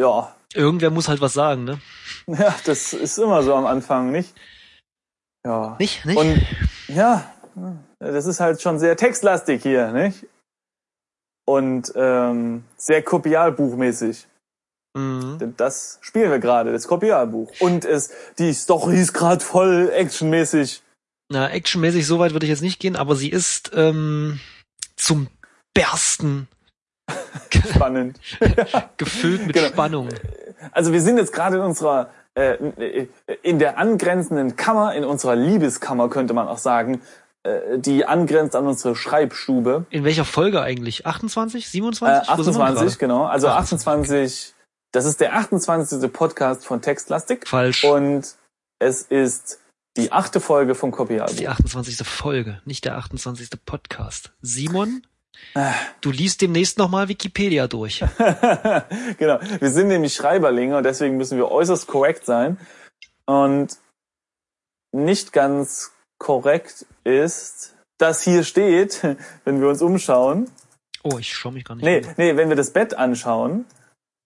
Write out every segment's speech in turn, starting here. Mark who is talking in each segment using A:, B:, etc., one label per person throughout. A: Ja.
B: Irgendwer muss halt was sagen, ne?
A: Ja, das ist immer so am Anfang, nicht? Ja.
B: Nicht? Nicht?
A: Und ja, das ist halt schon sehr textlastig hier, nicht? Und ähm, sehr kopialbuchmäßig.
B: mhm.
A: Denn Das spielen wir gerade, das Kopialbuch. Und es, die Story ist gerade voll actionmäßig.
B: Na, actionmäßig so weit würde ich jetzt nicht gehen, aber sie ist ähm, zum Bersten
A: Spannend.
B: gefüllt mit
A: Genau.
B: Spannung.
A: Also wir sind jetzt gerade in unserer, äh, in der angrenzenden Kammer, in unserer Liebeskammer könnte man auch sagen, äh, die angrenzt an unsere Schreibstube.
B: In welcher Folge eigentlich? 28?
A: Äh,
B: 27? Wo sind wir
A: 28,
B: gerade?
A: genau. Also
B: 28.
A: 28, das ist der 28. Podcast von Textlastik.
B: Falsch.
A: Und es ist die achte Folge vom
B: Das ist die
A: Kopialbuch.
B: 28. Folge, nicht der 28. Podcast. Simon,
A: Äh.
B: du liest demnächst nochmal Wikipedia durch.
A: genau. Wir sind nämlich Schreiberlinge und deswegen müssen wir äußerst korrekt sein. Und nicht ganz korrekt ist, dass hier steht, wenn wir uns umschauen,
B: Oh, ich schaue mich gar nicht
A: nee,
B: an.
A: nee, wenn wir das Bett anschauen,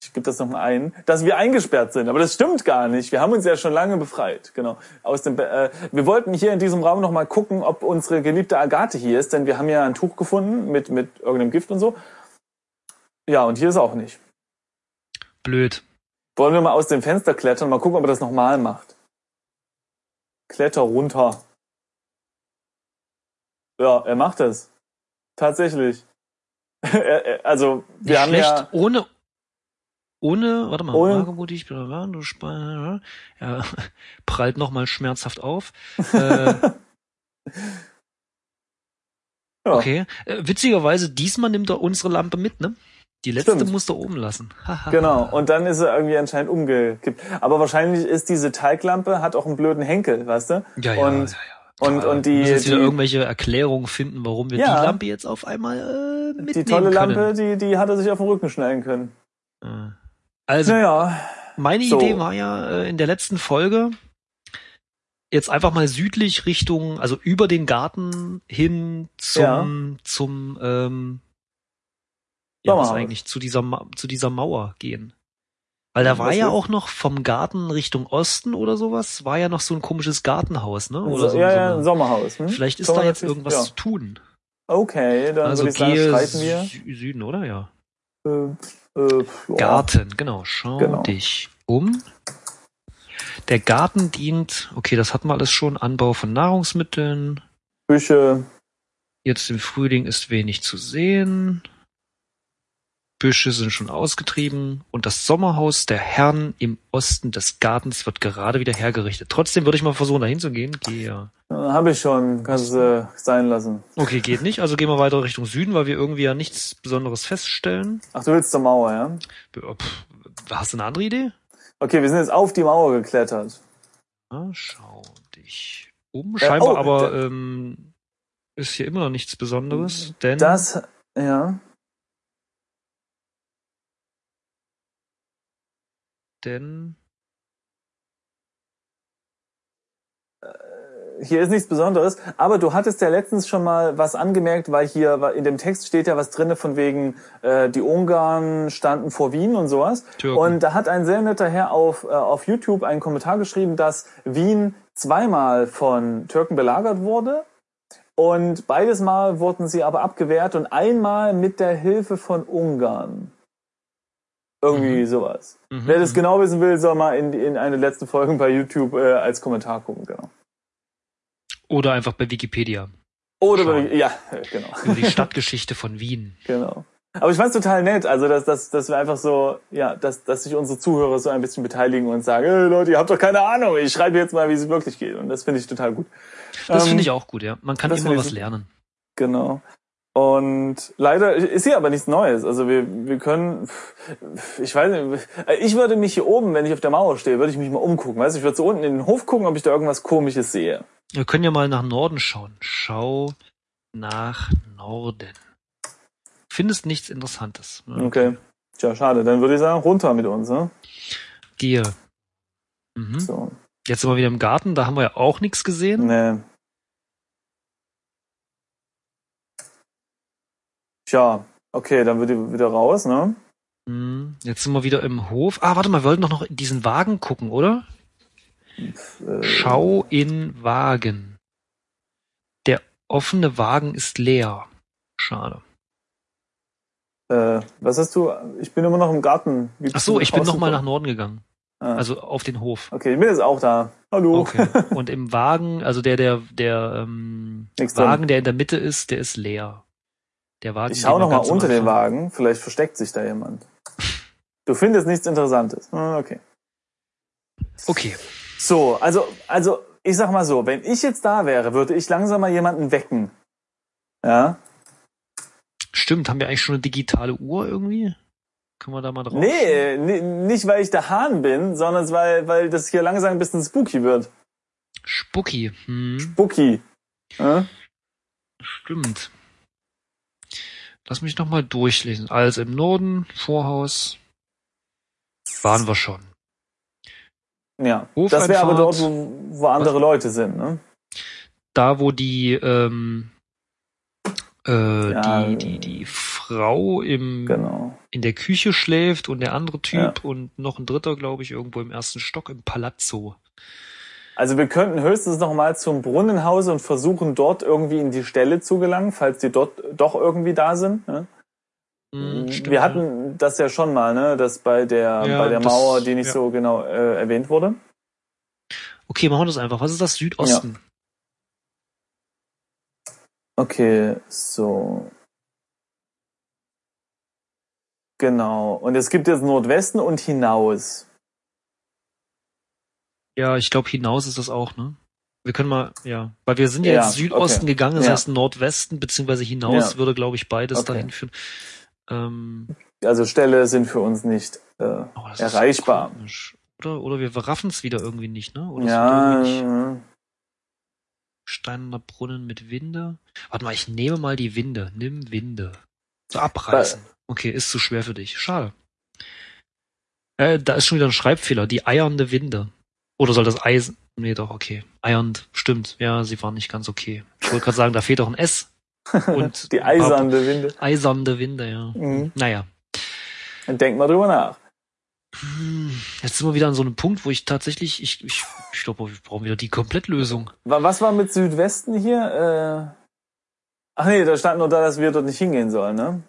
A: ich gebe das nochmal ein, dass wir eingesperrt sind. Aber das stimmt gar nicht. Wir haben uns ja schon lange befreit. Genau. Aus dem Be äh, wir wollten hier in diesem Raum nochmal gucken, ob unsere geliebte Agathe hier ist, denn wir haben ja ein Tuch gefunden mit, mit irgendeinem Gift und so. Ja, und hier ist auch nicht.
B: Blöd.
A: Wollen wir mal aus dem Fenster klettern, mal gucken, ob er das nochmal macht. Kletter runter. Ja, er macht es. Tatsächlich. Er- er- also, wir
B: Nicht
A: haben
B: schlecht.
A: ja.
B: Ohne, ohne, warte mal,
A: Ohne-
B: Margot, ich bin da, du spa- ja, prallt nochmal schmerzhaft auf. Äh,
A: Ja.
B: okay. Äh, witzigerweise, diesmal nimmt er unsere Lampe mit, ne? Die letzte
A: Stimmt.
B: musste oben lassen. Haha.
A: Genau, und dann ist er irgendwie anscheinend umgekippt. Aber wahrscheinlich ist diese Teiglampe, hat auch einen blöden Henkel, weißt du?
B: Ja, ja,
A: Und-
B: ja, ja.
A: und- und die-
B: wir müssen jetzt wieder
A: die-
B: irgendwelche Erklärungen finden, warum wir
A: Ja.
B: die Lampe jetzt auf einmal äh, mitnehmen
A: Die tolle
B: können.
A: Lampe, die, die hat er sich auf den Rücken schnallen können.
B: Äh, Also,
A: Naja,
B: meine
A: so.
B: Idee war ja äh, in der letzten Folge jetzt einfach mal südlich Richtung, also über den Garten hin zum,
A: Ja.
B: zum, ähm, ja, was
A: Sommerhaus.
B: eigentlich, zu dieser, Ma- zu dieser Mauer gehen. Weil da war
A: Was
B: ja
A: ist?
B: auch noch vom Garten Richtung Osten oder sowas, war ja noch so ein komisches Gartenhaus, ne? Oder
A: so,
B: so,
A: ja,
B: so
A: ja,
B: eine-
A: ein Sommerhaus. Hm?
B: Vielleicht ist
A: Kann
B: da
A: man
B: jetzt
A: natürlich-
B: irgendwas
A: ja.
B: zu tun.
A: Okay, dann
B: also
A: würde ich sagen,
B: gehe
A: streiten wir.
B: Sü- Süden, oder? Ja.
A: Äh, äh, ja.
B: Garten, genau. Schau
A: Genau.
B: dich um. Der Garten dient, okay, das hatten wir alles schon, Anbau von Nahrungsmitteln.
A: Büsche,
B: Jetzt im Frühling ist wenig zu sehen. Büsche sind schon ausgetrieben und das Sommerhaus der Herren im Osten des Gartens wird gerade wieder hergerichtet. Trotzdem würde ich mal versuchen, dahin zu gehen. Gehe.
A: habe äh, ich schon, kannst du äh, sein lassen.
B: Okay, geht nicht. Also gehen wir weiter Richtung Süden, weil wir irgendwie ja nichts Besonderes feststellen.
A: Ach, du willst zur Mauer, ja?
B: Pff, hast du eine andere Idee?
A: Okay, wir sind jetzt auf die Mauer geklettert.
B: Ah, schau dich um.
A: Äh,
B: Scheinbar
A: oh,
B: aber
A: da-
B: ähm, ist hier immer noch nichts Besonderes, denn
A: Das, ja,
B: denn
A: hier ist nichts Besonderes, aber du hattest ja letztens schon mal was angemerkt, weil hier weil in dem Text steht ja was drinne von wegen, äh, die Ungarn standen vor Wien und sowas.
B: Türken.
A: Und da hat ein sehr netter Herr auf, äh, auf YouTube einen Kommentar geschrieben, dass Wien zweimal von Türken belagert wurde. Und beides Mal wurden sie aber abgewehrt und einmal mit der Hilfe von Ungarn. Irgendwie sowas.
B: Mhm.
A: Wer das genau wissen will, soll mal in, in eine letzten Folgen bei YouTube äh, als Kommentar gucken, genau.
B: oder einfach bei Wikipedia
A: Oder
B: Schauen.
A: bei, ja, genau,
B: über die Stadtgeschichte von Wien.
A: genau. Aber ich fand's total nett, also dass, dass, dass wir einfach so, ja, dass, dass sich unsere Zuhörer so ein bisschen beteiligen und sagen, hey, Leute, ihr habt doch keine Ahnung, ich schreibe jetzt mal, wie es wirklich geht. Und das finde ich total gut.
B: Das
A: Ähm,
B: finde ich auch gut, ja. Man kann
A: das
B: immer
A: finde
B: was
A: ich-
B: lernen.
A: Genau. Und leider ist hier aber nichts Neues. Also wir, wir können, ich weiß nicht, ich würde mich hier oben, wenn ich auf der Mauer stehe, würde ich mich mal umgucken. Weißt du, ich würde so unten in den Hof gucken, ob ich da irgendwas Komisches sehe.
B: Wir können ja mal nach Norden schauen. Schau nach Norden. Findest nichts Interessantes. Ja.
A: Okay. Tja, schade. Dann würde ich sagen, runter mit uns. Ne?
B: Gehe. Mhm.
A: So.
B: Jetzt sind wir wieder im Garten, da haben wir ja auch nichts gesehen.
A: Nee. Tja, okay, dann wird die wieder raus, ne?
B: Hm, Jetzt sind wir wieder im Hof. Ah, warte mal, wir wollten doch noch in diesen Wagen gucken, oder?
A: Äh,
B: Schau in Wagen. Der offene Wagen ist leer. Schade.
A: äh, was hast du? Ich bin immer noch im Garten. Wie
B: Ach
A: bist
B: so,
A: du
B: ich bin noch mal nach
A: rausgekommen?
B: Norden gegangen.
A: Ah.
B: Also auf den Hof.
A: Okay, ich bin jetzt auch da. Hallo.
B: Okay. Und im Wagen, also der, der, der ähm,
A: Nix drin.
B: Wagen, der in der Mitte ist, der ist leer. Der Wagen.
A: Ich
B: den
A: schau
B: wir
A: noch mal
B: ganz am
A: unter den
B: Anfang-
A: Wagen. Vielleicht versteckt sich da jemand. Du findest nichts Interessantes. Hm, Okay.
B: Okay.
A: So, also, also, ich sag mal so, wenn ich jetzt da wäre, würde ich langsam mal jemanden wecken. Ja?
B: Stimmt, haben wir eigentlich schon eine digitale Uhr irgendwie? Können wir da mal drauf?
A: Nee, ni- nicht weil ich der Hahn bin, sondern weil, weil das hier langsam ein bisschen spooky wird.
B: Spooky. Hm,
A: Spooky. Äh? Ja?
B: stimmt. Lass mich noch mal durchlesen. Also im Norden, Vorhaus. Waren wir schon.
A: ja. Das wäre aber dort, wo, wo andere Leute sind,
B: Hm.
A: ne?
B: Da, wo die, ähm, äh,
A: Ja.
B: die, die, die Frau im
A: Genau.
B: in der Küche schläft und der andere Typ
A: Ja.
B: und noch ein dritter, glaube ich, irgendwo im ersten Stock im Palazzo.
A: Also wir könnten höchstens noch mal zum Brunnenhaus und versuchen, dort irgendwie in die Stelle zu gelangen, falls die dort doch irgendwie da sind. Ne?
B: Hm, stimmt,
A: Mhm. wir
B: ja.
A: hatten das ja schon mal, ne? dass bei der,
B: Ja,
A: bei der
B: das-
A: Mauer, die nicht
B: ja.
A: so genau äh, erwähnt wurde.
B: Okay, machen wir das einfach. Was ist das? Südosten.
A: Okay, so. Genau. Und es gibt jetzt Nordwesten und hinaus.
B: Ja, ich glaube, hinaus ist das auch, ne? Wir können mal, ja. Weil wir sind ja,
A: Ja,
B: jetzt Südosten
A: okay.
B: gegangen, das
A: Ja.
B: heißt Nordwesten, beziehungsweise hinaus
A: Ja.
B: würde, glaube ich, beides
A: Okay.
B: dahin führen. Ähm,
A: Also Ställe sind für uns nicht. Äh,
B: oh, das
A: Erreichbar.
B: Ist komisch. Oder, oder wir verraffen es wieder irgendwie nicht, ne? Oder es wird
A: ja,
B: irgendwie nicht-
A: ja,
B: steinerner Brunnen mit Winde. Warte mal, ich nehme mal die Winde. Nimm Winde. So abreißen.
A: Äh.
B: Okay, ist zu schwer für dich. Schade. Äh, da ist schon wieder ein Schreibfehler. Die eiernde Winde. Oder soll das Eisen? Nee, doch, okay. Eiernd, stimmt. Ja, sie waren nicht ganz okay. Ich wollte gerade sagen, da fehlt doch ein S. Und
A: die
B: ein paar-
A: eisernde Winde.
B: Eisernde Winde, ja.
A: Mhm.
B: Naja.
A: Denk mal drüber nach.
B: Hm, Jetzt sind wir wieder an so einem Punkt, wo ich tatsächlich, ich, ich, ich glaube, wir brauchen wieder die Komplettlösung.
A: Wa- Was war mit Südwesten hier? Äh, ach nee, da stand nur da, dass wir dort nicht hingehen sollen, ne?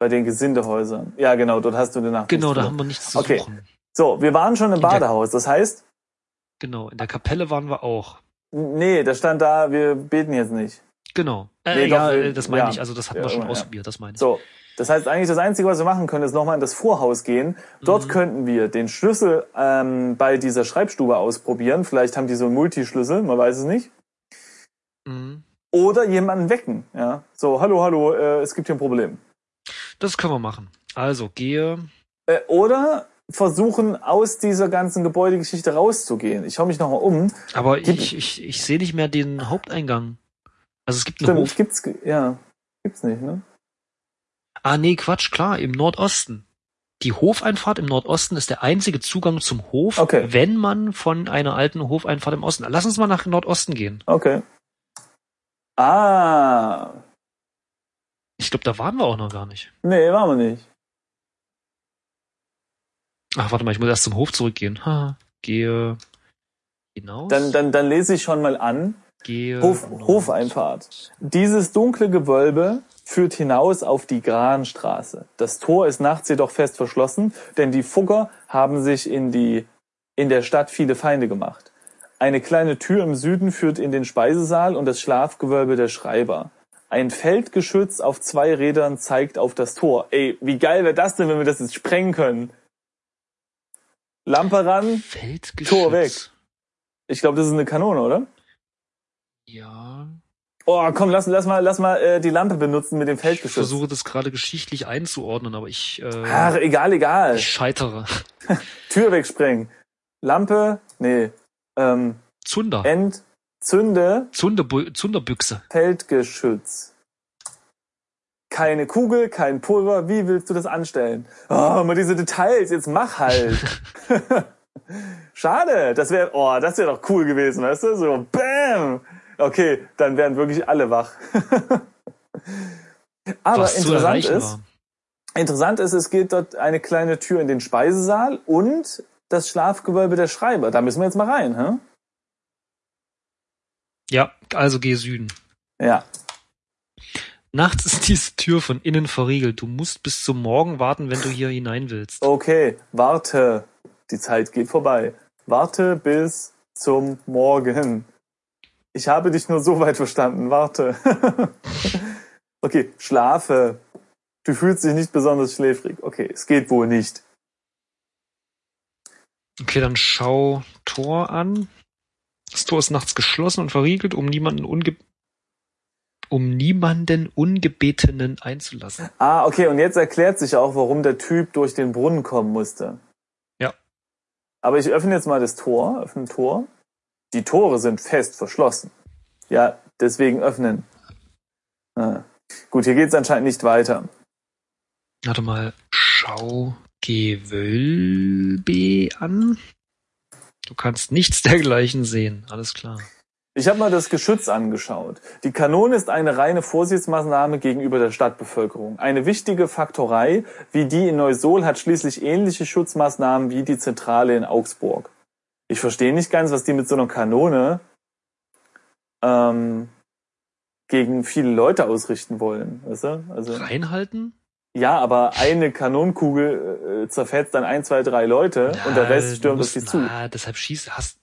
A: Bei den Gesindehäusern. Ja, genau, dort hast du den Nacht.
B: Genau,
A: nichts
B: da
A: drüber.
B: haben wir nichts zu
A: Okay.
B: suchen.
A: So, wir waren schon im
B: In der-
A: Badehaus. Das heißt,
B: Genau, in der Kapelle waren wir auch.
A: n- nee, da stand da, wir beten jetzt nicht.
B: Genau. Äh,
A: Nee,
B: ja,
A: doch,
B: äh, das meine
A: ja.
B: ich. Also das hatten
A: Ja,
B: wir schon
A: ja.
B: ausprobiert, das meine ich.
A: So. Das heißt, eigentlich das Einzige, was wir machen können, ist nochmal in das Vorhaus gehen. Dort
B: Mhm.
A: könnten wir den Schlüssel ähm, bei dieser Schreibstube ausprobieren. Vielleicht haben die so einen Multischlüssel, man weiß es nicht.
B: Mhm.
A: Oder jemanden wecken. Ja, So, hallo, hallo, äh, es gibt hier ein Problem.
B: Das können wir machen. Also gehe.
A: Äh, oder versuchen, aus dieser ganzen Gebäudegeschichte rauszugehen. Ich schaue mich nochmal um.
B: Aber
A: Gib-
B: ich, ich, ich sehe nicht mehr den Haupteingang. Also es gibt einen
A: Stimmt,
B: Hof.
A: gibt's, ge- ja, gibt's nicht, ne?
B: Ah nee, Quatsch, klar, im Nordosten. Die Hofeinfahrt im Nordosten ist der einzige Zugang zum Hof,
A: Okay.
B: wenn man von einer alten Hofeinfahrt im Osten. Lass uns mal nach Nordosten gehen.
A: Okay. Ah,
B: Ich glaube, da waren wir auch noch gar nicht.
A: nee, waren wir nicht.
B: Ach, warte mal, ich muss erst zum Hof zurückgehen. Ha, gehe hinaus.
A: Dann, dann, dann lese ich schon mal an.
B: gehe
A: Hof,
B: Nord-
A: Hofeinfahrt. Dieses dunkle Gewölbe führt hinaus auf die Granstraße. Das Tor ist nachts jedoch fest verschlossen, denn die Fugger haben sich in die, in der Stadt viele Feinde gemacht. Eine kleine Tür im Süden führt in den Speisesaal und das Schlafgewölbe der Schreiber. Ein Feldgeschütz auf zwei Rädern zeigt auf das Tor. Ey, wie geil wäre das denn, wenn wir das jetzt sprengen können? Lampe ran.
B: Feldgeschütz.
A: Tor weg. Ich glaube, das ist eine Kanone, oder?
B: Ja.
A: Oh, komm, lass, lass mal, lass mal äh, die Lampe benutzen mit dem
B: Ich
A: Feldgeschütz.
B: versuche das gerade geschichtlich einzuordnen, aber ich,
A: Ach,
B: äh,
A: egal, egal.
B: ich scheitere.
A: Tür wegsprengen. Lampe, nee. Ähm,
B: Zunder.
A: entzünde
B: Zunderbu Zunderbüchse.
A: Feldgeschütz. Keine Kugel, kein Pulver, wie willst du das anstellen? Oh, immer diese Details, jetzt mach halt. Schade, das wäre, oh, das wäre doch cool gewesen, weißt du? So, bam! Okay, dann wären wirklich alle wach. Aber
B: was zu
A: interessant
B: erreichen
A: ist,
B: war.
A: Interessant ist, es geht dort eine kleine Tür in den Speisesaal und das Schlafgewölbe der Schreiber. Da müssen wir jetzt mal rein, hä?
B: Ja, also geh Süden.
A: Ja.
B: Nachts ist diese Tür von innen verriegelt. Du musst bis zum Morgen warten, wenn du hier hinein willst.
A: Okay, warte. Die Zeit geht vorbei. Warte bis zum Morgen. Ich habe dich nur so weit verstanden. Warte. okay, schlafe. Du fühlst dich nicht besonders schläfrig. Okay, es geht wohl nicht.
B: Okay, dann schau Tor an. Das Tor ist nachts geschlossen und verriegelt, um niemanden unge um niemanden Ungebetenen einzulassen.
A: Ah, okay, und jetzt erklärt sich auch, warum der Typ durch den Brunnen kommen musste.
B: Ja.
A: Aber ich öffne jetzt mal das Tor, öffne Tor. Die Tore sind fest verschlossen. Ja, deswegen öffnen. Ah. Gut, hier geht's anscheinend nicht weiter.
B: Warte mal, schau Gewölbe an. Du kannst nichts dergleichen sehen, alles klar.
A: Ich habe mal das Geschütz angeschaut. Die Kanone ist eine reine Vorsichtsmaßnahme gegenüber der Stadtbevölkerung. Eine wichtige Faktorei wie die in Neusol hat schließlich ähnliche Schutzmaßnahmen wie die Zentrale in Augsburg. Ich verstehe nicht ganz, was die mit so einer Kanone ähm, gegen viele Leute ausrichten wollen. Weißt du? also,
B: Reinhalten?
A: ja, aber eine Kanonenkugel äh, zerfetzt dann ein, zwei, drei Leute und der Rest stürmt auf sie zu.
B: Ah, deshalb schießt, hast,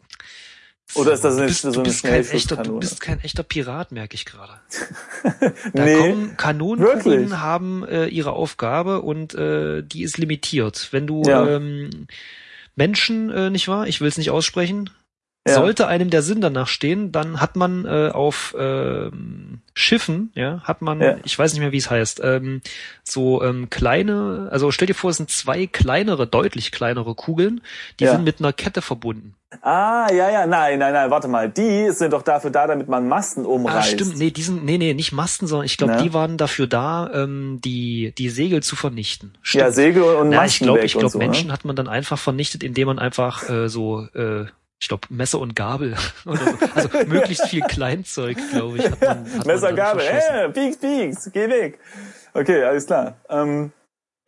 A: Oder ist das
B: Du
A: eine-
B: bist,
A: so
B: du
A: eine
B: bist kein echter, Du
A: Schnellschusskanone?
B: bist kein echter Pirat, merke ich gerade. Da
A: nee,
B: kommen Kanonenkugeln
A: wirklich.
B: haben äh, ihre Aufgabe und äh, die ist limitiert. Wenn du
A: Ja.
B: ähm, Menschen, äh, nicht wahr? Ich will es nicht aussprechen.
A: Ja.
B: Sollte einem der Sinn danach stehen, dann hat man äh, auf ähm, Schiffen, ja, hat man,
A: Ja.
B: ich weiß nicht mehr, wie es heißt, ähm, so ähm, kleine, also stell dir vor, es sind zwei kleinere, deutlich kleinere Kugeln, die
A: Ja.
B: sind mit einer Kette verbunden.
A: Ah, ja, ja, nein, nein, nein, warte mal. Die sind doch dafür da, damit man Masten umreißt.
B: Ah, stimmt. Nee, die sind, nee, nee, nicht Masten, sondern ich glaube,
A: Ne?
B: die waren dafür da, ähm, die, die Segel zu vernichten. Stimmt.
A: Ja, Segel und
B: Na,
A: Masten
B: ich glaube,
A: weg
B: ich
A: und
B: glaube,
A: so.
B: Menschen
A: Ne?
B: hat man dann einfach vernichtet, indem man einfach äh, so, äh, ich glaube, Messer und Gabel oder so. Also möglichst viel Kleinzeug, glaube ich, hat man. Hat
A: Messer,
B: man dann
A: Gabel,
B: verschossen.
A: hey, pieks, pieks, geh weg. Okay, alles klar. Ähm,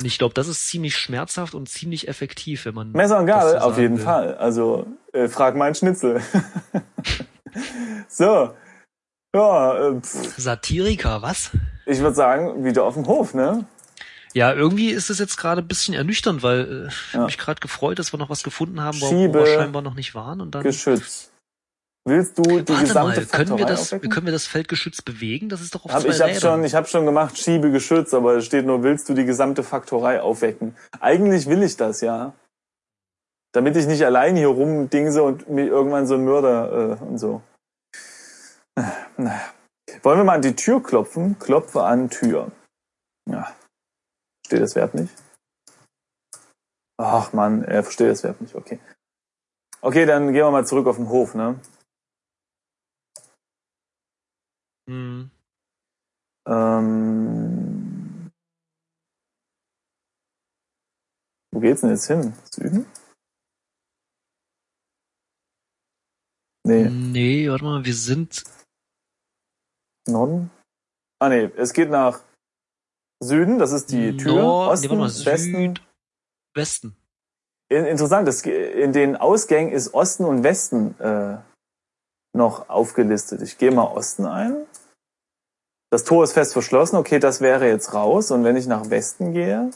B: Und ich glaube, das ist ziemlich schmerzhaft und ziemlich effektiv, wenn man.
A: Messer und
B: das so
A: Gabel, auf
B: sagen
A: jeden
B: will.
A: Fall. Also, äh, frag meinen Schnitzel. so. Ja, äh, pff,
B: Satiriker, was?
A: ich würde sagen, wieder auf dem Hof, ne?
B: Ja, irgendwie ist es jetzt gerade ein bisschen ernüchternd, weil äh, ich hab
A: Ja.
B: mich gerade gefreut, dass wir noch was gefunden haben, wo, wo
A: Schiebe.
B: wir scheinbar noch nicht waren. Und dann
A: Geschütz. Willst du die
B: Warte
A: gesamte
B: mal, können wir
A: Faktorei
B: das,
A: aufdecken?
B: können wir das Feldgeschütz bewegen? Das ist doch auf
A: Hab,
B: zwei
A: ich habe
B: Rädern.
A: schon, ich hab schon gemacht, schiebe Geschütz, aber es steht nur, willst du die gesamte Faktorei aufwecken? Eigentlich will ich das, ja. Damit ich nicht allein hier rumdingse und mir irgendwann so ein Mörder äh, und so. Äh, Naja. Wollen wir mal an die Tür klopfen? Klopfe an Tür. Ja. Verstehe das Verb nicht? Ach man, er versteht das Verb nicht, okay. Okay, dann gehen wir mal zurück auf den Hof, ne?
B: Hm.
A: Ähm, wo geht's denn jetzt hin? Süden?
B: Hm.
A: Nee,
B: Nee, warte mal, wir sind,
A: Norden? Ah nee, es geht nach Süden, das ist die Tür.
B: Nord- nee,
A: Osten,
B: warte mal, Süd-
A: Westen.
B: Westen.
A: In, interessant, das, in den Ausgängen ist Osten und Westen äh, noch aufgelistet. Ich gehe mal Osten ein. Das Tor ist fest verschlossen. Okay, das wäre jetzt raus. Und wenn ich nach Westen gehe,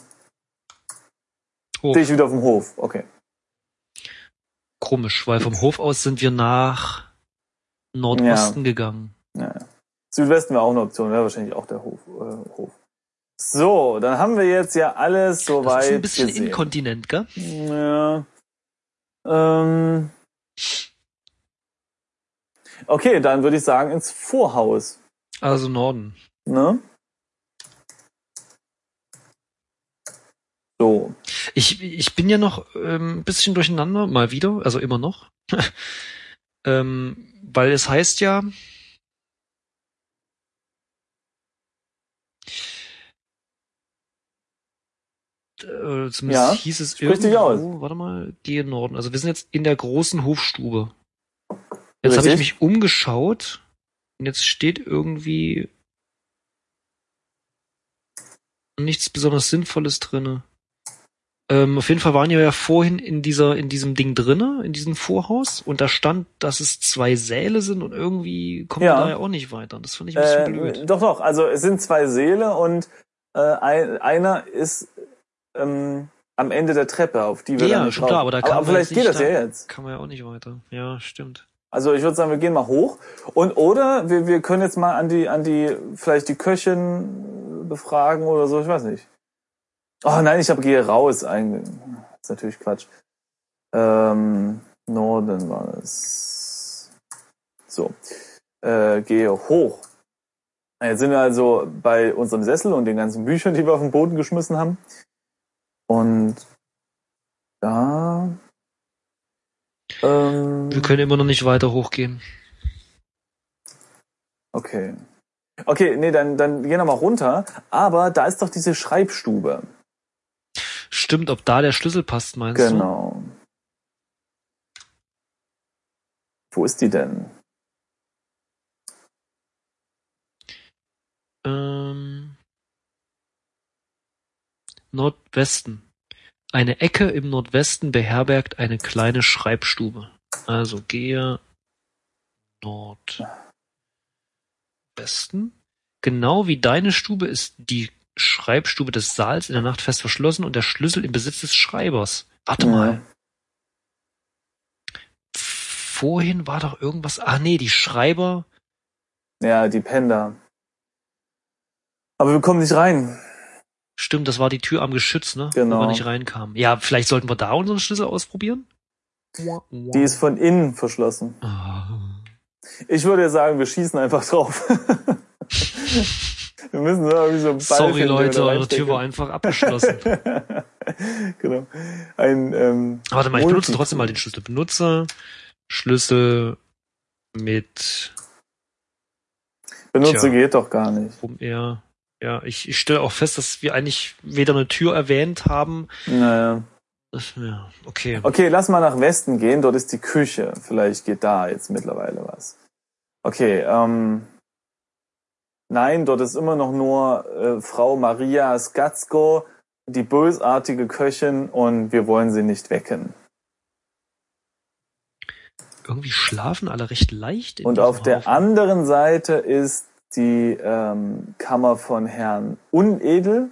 B: Hof.
A: stehe ich wieder auf dem Hof. Okay.
B: Komisch, weil vom Hof aus sind wir nach Nordosten gegangen.
A: Südwesten wäre auch eine Option, wäre wahrscheinlich auch der Hof. Äh, Hof. So, dann haben wir jetzt ja alles
B: Das
A: soweit
B: ist ein bisschen
A: gesehen.
B: inkontinent, gell?
A: Ja. Ähm. Okay, dann würde ich sagen ins Vorhaus.
B: Also Norden.
A: Ne? So.
B: Ich, ich bin ja noch ähm, ein bisschen durcheinander, mal wieder, also immer noch. ähm, weil es heißt ja. Äh, zumindest
A: Ja,
B: hieß es
A: sprich dich
B: irgendwo, warte mal, gehe Norden. Also wir sind jetzt in der großen Hofstube. Jetzt habe ich
A: Richtig.
B: mich umgeschaut und jetzt steht irgendwie nichts besonders Sinnvolles drinne. Ähm, auf jeden Fall waren wir ja vorhin in dieser, in diesem Ding drinne, in diesem Vorhaus, und da stand, dass es zwei Säle sind und irgendwie kommen
A: Ja.
B: wir da ja auch nicht weiter. Das fand ich ein bisschen
A: Äh,
B: blöd.
A: doch, doch. Also es sind zwei Seele und äh, ein, einer ist ähm, am Ende der Treppe, auf die wir
B: Ja,
A: dann nicht
B: schon
A: drauf-
B: klar, aber da kann man
A: vielleicht
B: jetzt
A: geht das
B: nicht
A: ja
B: da-
A: jetzt.
B: Kann man ja auch nicht weiter. Ja, stimmt.
A: Also ich würde sagen, wir gehen mal hoch und oder wir, wir können jetzt mal an die an die vielleicht die Köchin befragen oder so, ich weiß nicht. Oh nein, ich hab gehe raus eigentlich. Ist natürlich Quatsch. Ähm, Norden war es. So, äh, gehe hoch. Jetzt sind wir also bei unserem Sessel und den ganzen Büchern, die wir auf den Boden geschmissen haben. Und da. Ähm,
B: Wir können immer noch nicht weiter hochgehen.
A: Okay. Okay, nee, dann, dann gehen wir mal runter. Aber da ist doch diese Schreibstube.
B: Stimmt, ob da der Schlüssel passt, meinst du?
A: Genau. Wo ist die denn?
B: Ähm, Nordwesten. Eine Ecke im Nordwesten beherbergt eine kleine Schreibstube. Also gehe Nordwesten. Genau wie deine Stube ist die Schreibstube des Saals in der Nacht fest verschlossen und der Schlüssel im Besitz des Schreibers. Warte
A: Ja.
B: mal. Vorhin war doch irgendwas. Ah nee, die Schreiber.
A: Ja, die Penda. Aber wir kommen nicht rein.
B: Stimmt, das war die Tür am Geschütz, ne?
A: Genau.
B: Wo wir nicht reinkamen. Ja, vielleicht sollten wir da unseren Schlüssel ausprobieren.
A: Die ist von innen verschlossen.
B: Ah.
A: Ich würde sagen, wir schießen einfach drauf. wir müssen da irgendwie so einen Ball
B: Sorry
A: finden, den wir
B: Leute,
A: da
B: eure Tür war einfach abgeschlossen.
A: reinstecken. genau. Ein, ähm,
B: Warte mal, ich benutze
A: Multi-
B: trotzdem mal den Schlüssel. Benutze Schlüssel mit
A: Benutzer
B: Tja.
A: geht doch gar nicht.
B: rum eher. um, Ja, ich, ich stelle auch fest, dass wir eigentlich weder eine Tür erwähnt haben.
A: Naja.
B: Das- Ja, okay.
A: Okay, lass mal nach Westen gehen, dort ist die Küche. Vielleicht geht da jetzt mittlerweile was. Okay, ähm. Nein, dort ist immer noch nur äh, Frau Maria Skatsko, die bösartige Köchin, und wir wollen sie nicht wecken.
B: Irgendwie schlafen alle recht leicht. in
A: Und
B: diesem
A: auf der
B: Haus.
A: anderen Seite ist die ähm, Kammer von Herrn Unedel.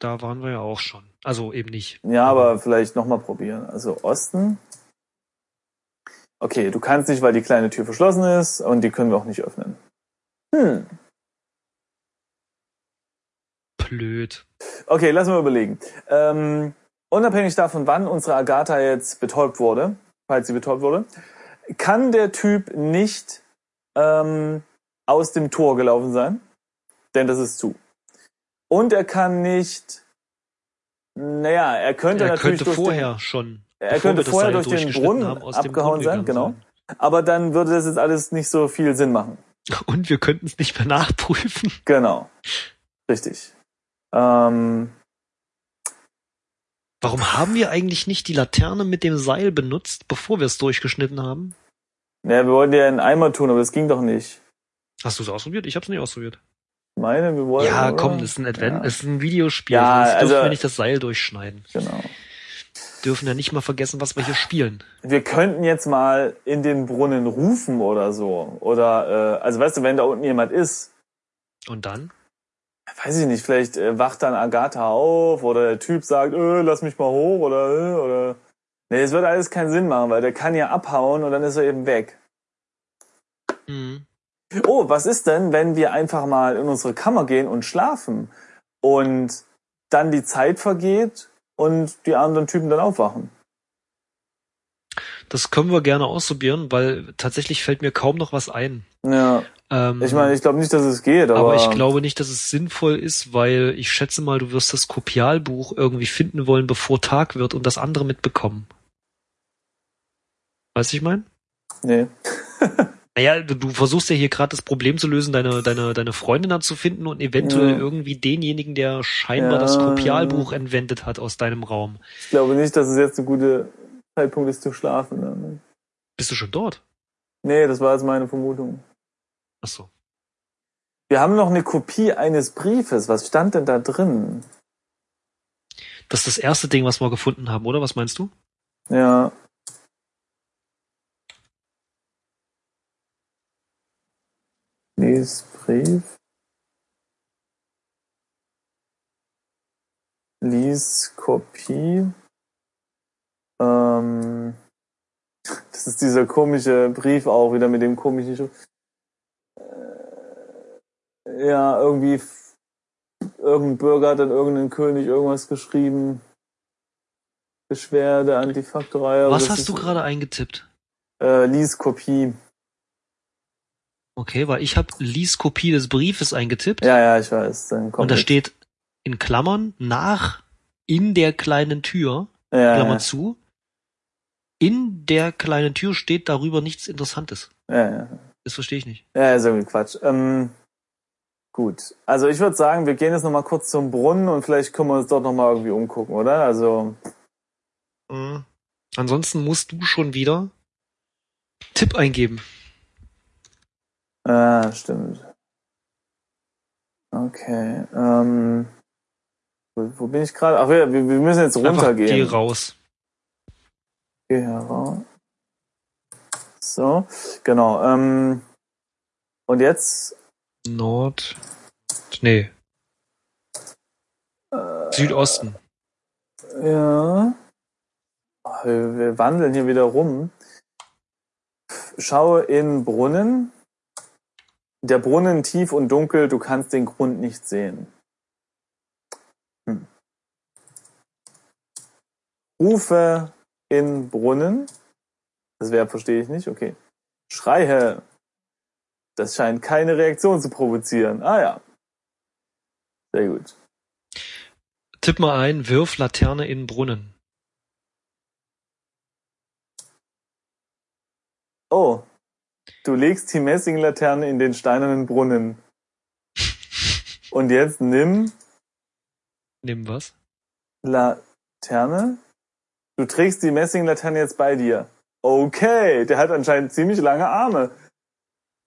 B: Da waren wir ja auch schon. Also eben nicht.
A: Ja, aber vielleicht nochmal probieren. Also Osten. Okay, du kannst nicht, weil die kleine Tür verschlossen ist und die können wir auch nicht öffnen. Hm.
B: Blöd.
A: Okay, lass mal überlegen. Ähm, unabhängig davon, wann unsere Agatha jetzt betäubt wurde, falls sie betäubt wurde, kann der Typ nicht ähm, aus dem Tor gelaufen sein, denn das ist zu. Und er kann nicht. Naja, er könnte
B: er
A: natürlich
B: könnte
A: durch den-
B: vorher schon.
A: Er
B: bevor
A: Äh, könnte
B: wir das
A: vorher
B: Seil
A: durch den
B: durchgeschnitten
A: Brunnen abgehauen sein,
B: gegangen
A: genau. Aber dann würde das jetzt alles nicht so viel Sinn machen.
B: sein. Und wir könnten es nicht mehr nachprüfen.
A: Genau. Richtig. Ähm,
B: Warum haben wir eigentlich nicht die Laterne mit dem Seil benutzt, bevor wir es durchgeschnitten haben?
A: naja, wir wollten ja einen Eimer tun, aber das ging doch nicht.
B: Hast du es ausprobiert? Ich habe es nicht ausprobiert.
A: Ich meine, wir wollten.
B: ja,
A: oder?
B: komm, das ist ein Advent,
A: Ja.
B: das ist ein Videospiel.
A: Ja,
B: sonst
A: also-
B: dürfen wir nicht das Seil durchschneiden.
A: Genau.
B: Dürfen ja nicht mal vergessen, was wir hier spielen.
A: Wir könnten jetzt mal in den Brunnen rufen oder so. Oder, äh, also weißt du, wenn da unten jemand ist,
B: Und dann?
A: weiß ich nicht, vielleicht äh, wacht dann Agatha auf oder der Typ sagt, äh, lass mich mal hoch oder, äh, oder. Nee, es würde alles keinen Sinn machen, weil der kann ja abhauen und dann ist er eben weg.
B: Hm.
A: Oh, was ist denn, wenn wir einfach mal in unsere Kammer gehen und schlafen und dann die Zeit vergeht und die anderen Typen dann aufwachen?
B: Das können wir gerne ausprobieren, weil tatsächlich fällt mir kaum noch was ein.
A: Ja,
B: Ähm,
A: ich meine, ich glaube nicht, dass es geht, aber,
B: Aber ich glaube nicht, dass es sinnvoll ist, weil ich schätze mal, du wirst das Kopialbuch irgendwie finden wollen, bevor Tag wird und das andere mitbekommen. Weißt du, ich meine?
A: nee.
B: Naja, du, du versuchst ja hier gerade das Problem zu lösen, deine, deine, deine Freundin dann zu finden und eventuell
A: Ja.
B: irgendwie denjenigen, der scheinbar das
A: Ja.
B: Kopialbuch entwendet hat aus deinem Raum.
A: Ich glaube nicht, dass es jetzt ein guter Zeitpunkt ist zu schlafen. ne?
B: Bist du schon dort?
A: Nee, das war jetzt meine Vermutung.
B: Achso.
A: Wir haben noch eine Kopie eines Briefes. Was stand denn da drin?
B: Das ist das erste Ding, was wir gefunden haben, oder? Was meinst du?
A: Ja. Liesbrief. Lies Kopie. Ähm, das ist dieser komische Brief auch wieder mit dem komischen. Schrift. Äh, ja, irgendwie f- irgendein Bürger hat an irgendeinen König irgendwas geschrieben. Beschwerde an die Faktorei. aber
B: was
A: das
B: hast
A: ist-
B: du gerade eingetippt?
A: Äh, Lies Kopie.
B: Okay, weil ich habe Lies Kopie des Briefes eingetippt
A: Ja, ja, ich weiß. Dann kommt
B: und da
A: jetzt-
B: steht in Klammern nach in der kleinen Tür,
A: ja,
B: Klammer
A: ja,
B: zu. In der kleinen Tür steht darüber nichts Interessantes.
A: ja, ja.
B: Das verstehe ich nicht.
A: Ja, ist irgendwie Quatsch. Ähm, gut. Also ich würde sagen, wir gehen jetzt nochmal kurz zum Brunnen und vielleicht können wir uns dort nochmal irgendwie umgucken, oder? Also,
B: Mhm. Ansonsten musst du schon wieder Tipp eingeben.
A: ah, stimmt. Okay. Ähm, wo, wo bin ich gerade? Ach, wir, wir wir müssen jetzt runtergehen.
B: Einfach geh raus.
A: Geh heraus. So, genau. Ähm, und jetzt
B: Nord. Nee. Südosten.
A: Ja. Ah, Wir, wir wandeln hier wieder rum. Schaue in Brunnen. Der Brunnen tief und dunkel, du kannst den Grund nicht sehen. Hm. Rufe in Brunnen. Das Verb verstehe ich nicht, okay. Schreie. Das scheint keine Reaktion zu provozieren. Ah ja. Sehr gut.
B: Tipp mal ein, wirf Laterne in den Brunnen.
A: Oh, du legst die Messinglaterne in den steinernen Brunnen. Und jetzt nimm
B: Nimm was?
A: Laterne. Du trägst die Messinglaterne jetzt bei dir. Okay, der hat anscheinend ziemlich lange Arme.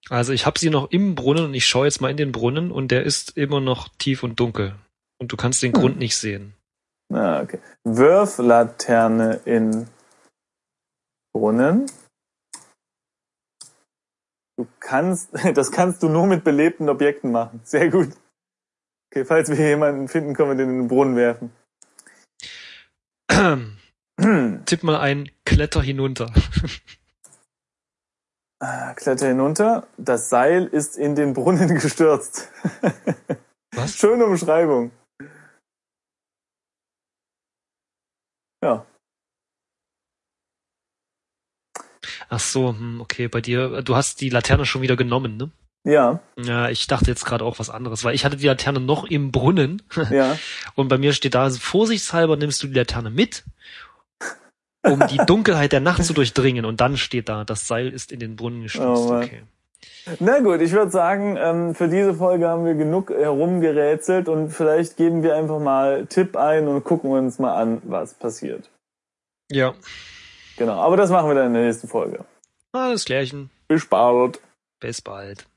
B: Also ich habe sie noch im Brunnen und ich schaue jetzt mal in den Brunnen und der ist immer noch tief und dunkel. Und du kannst den
A: Hm.
B: Grund nicht sehen.
A: Na, okay. Wirf Laterne in Brunnen. Du kannst, das kannst du nur mit belebten Objekten machen. Sehr gut. Okay, falls wir hier jemanden finden, können wir den in den Brunnen werfen.
B: Tipp mal ein, kletter hinunter.
A: Ah, Kletter hinunter. Das Seil ist in den Brunnen gestürzt.
B: Was?
A: Schöne Umschreibung. Ja.
B: Ach so, hm, okay, bei dir, du hast die Laterne schon wieder genommen, ne?
A: Ja,
B: Ja, ich dachte jetzt gerade auch was anderes, weil ich hatte die Laterne noch im Brunnen
A: ja.
B: und bei mir steht da, vorsichtshalber nimmst du die Laterne mit, um die Dunkelheit der Nacht zu durchdringen und dann steht da, das Seil ist in den Brunnen gestürzt.
A: Oh Mann.
B: okay.
A: Na gut, ich würde sagen, ähm, für diese Folge haben wir genug herumgerätselt und vielleicht geben wir einfach mal Tipp ein und gucken uns mal an, was passiert.
B: Ja,
A: Genau, aber das machen wir dann in der nächsten Folge.
B: alles klärchen.
A: Bis bald.
B: Bis bald.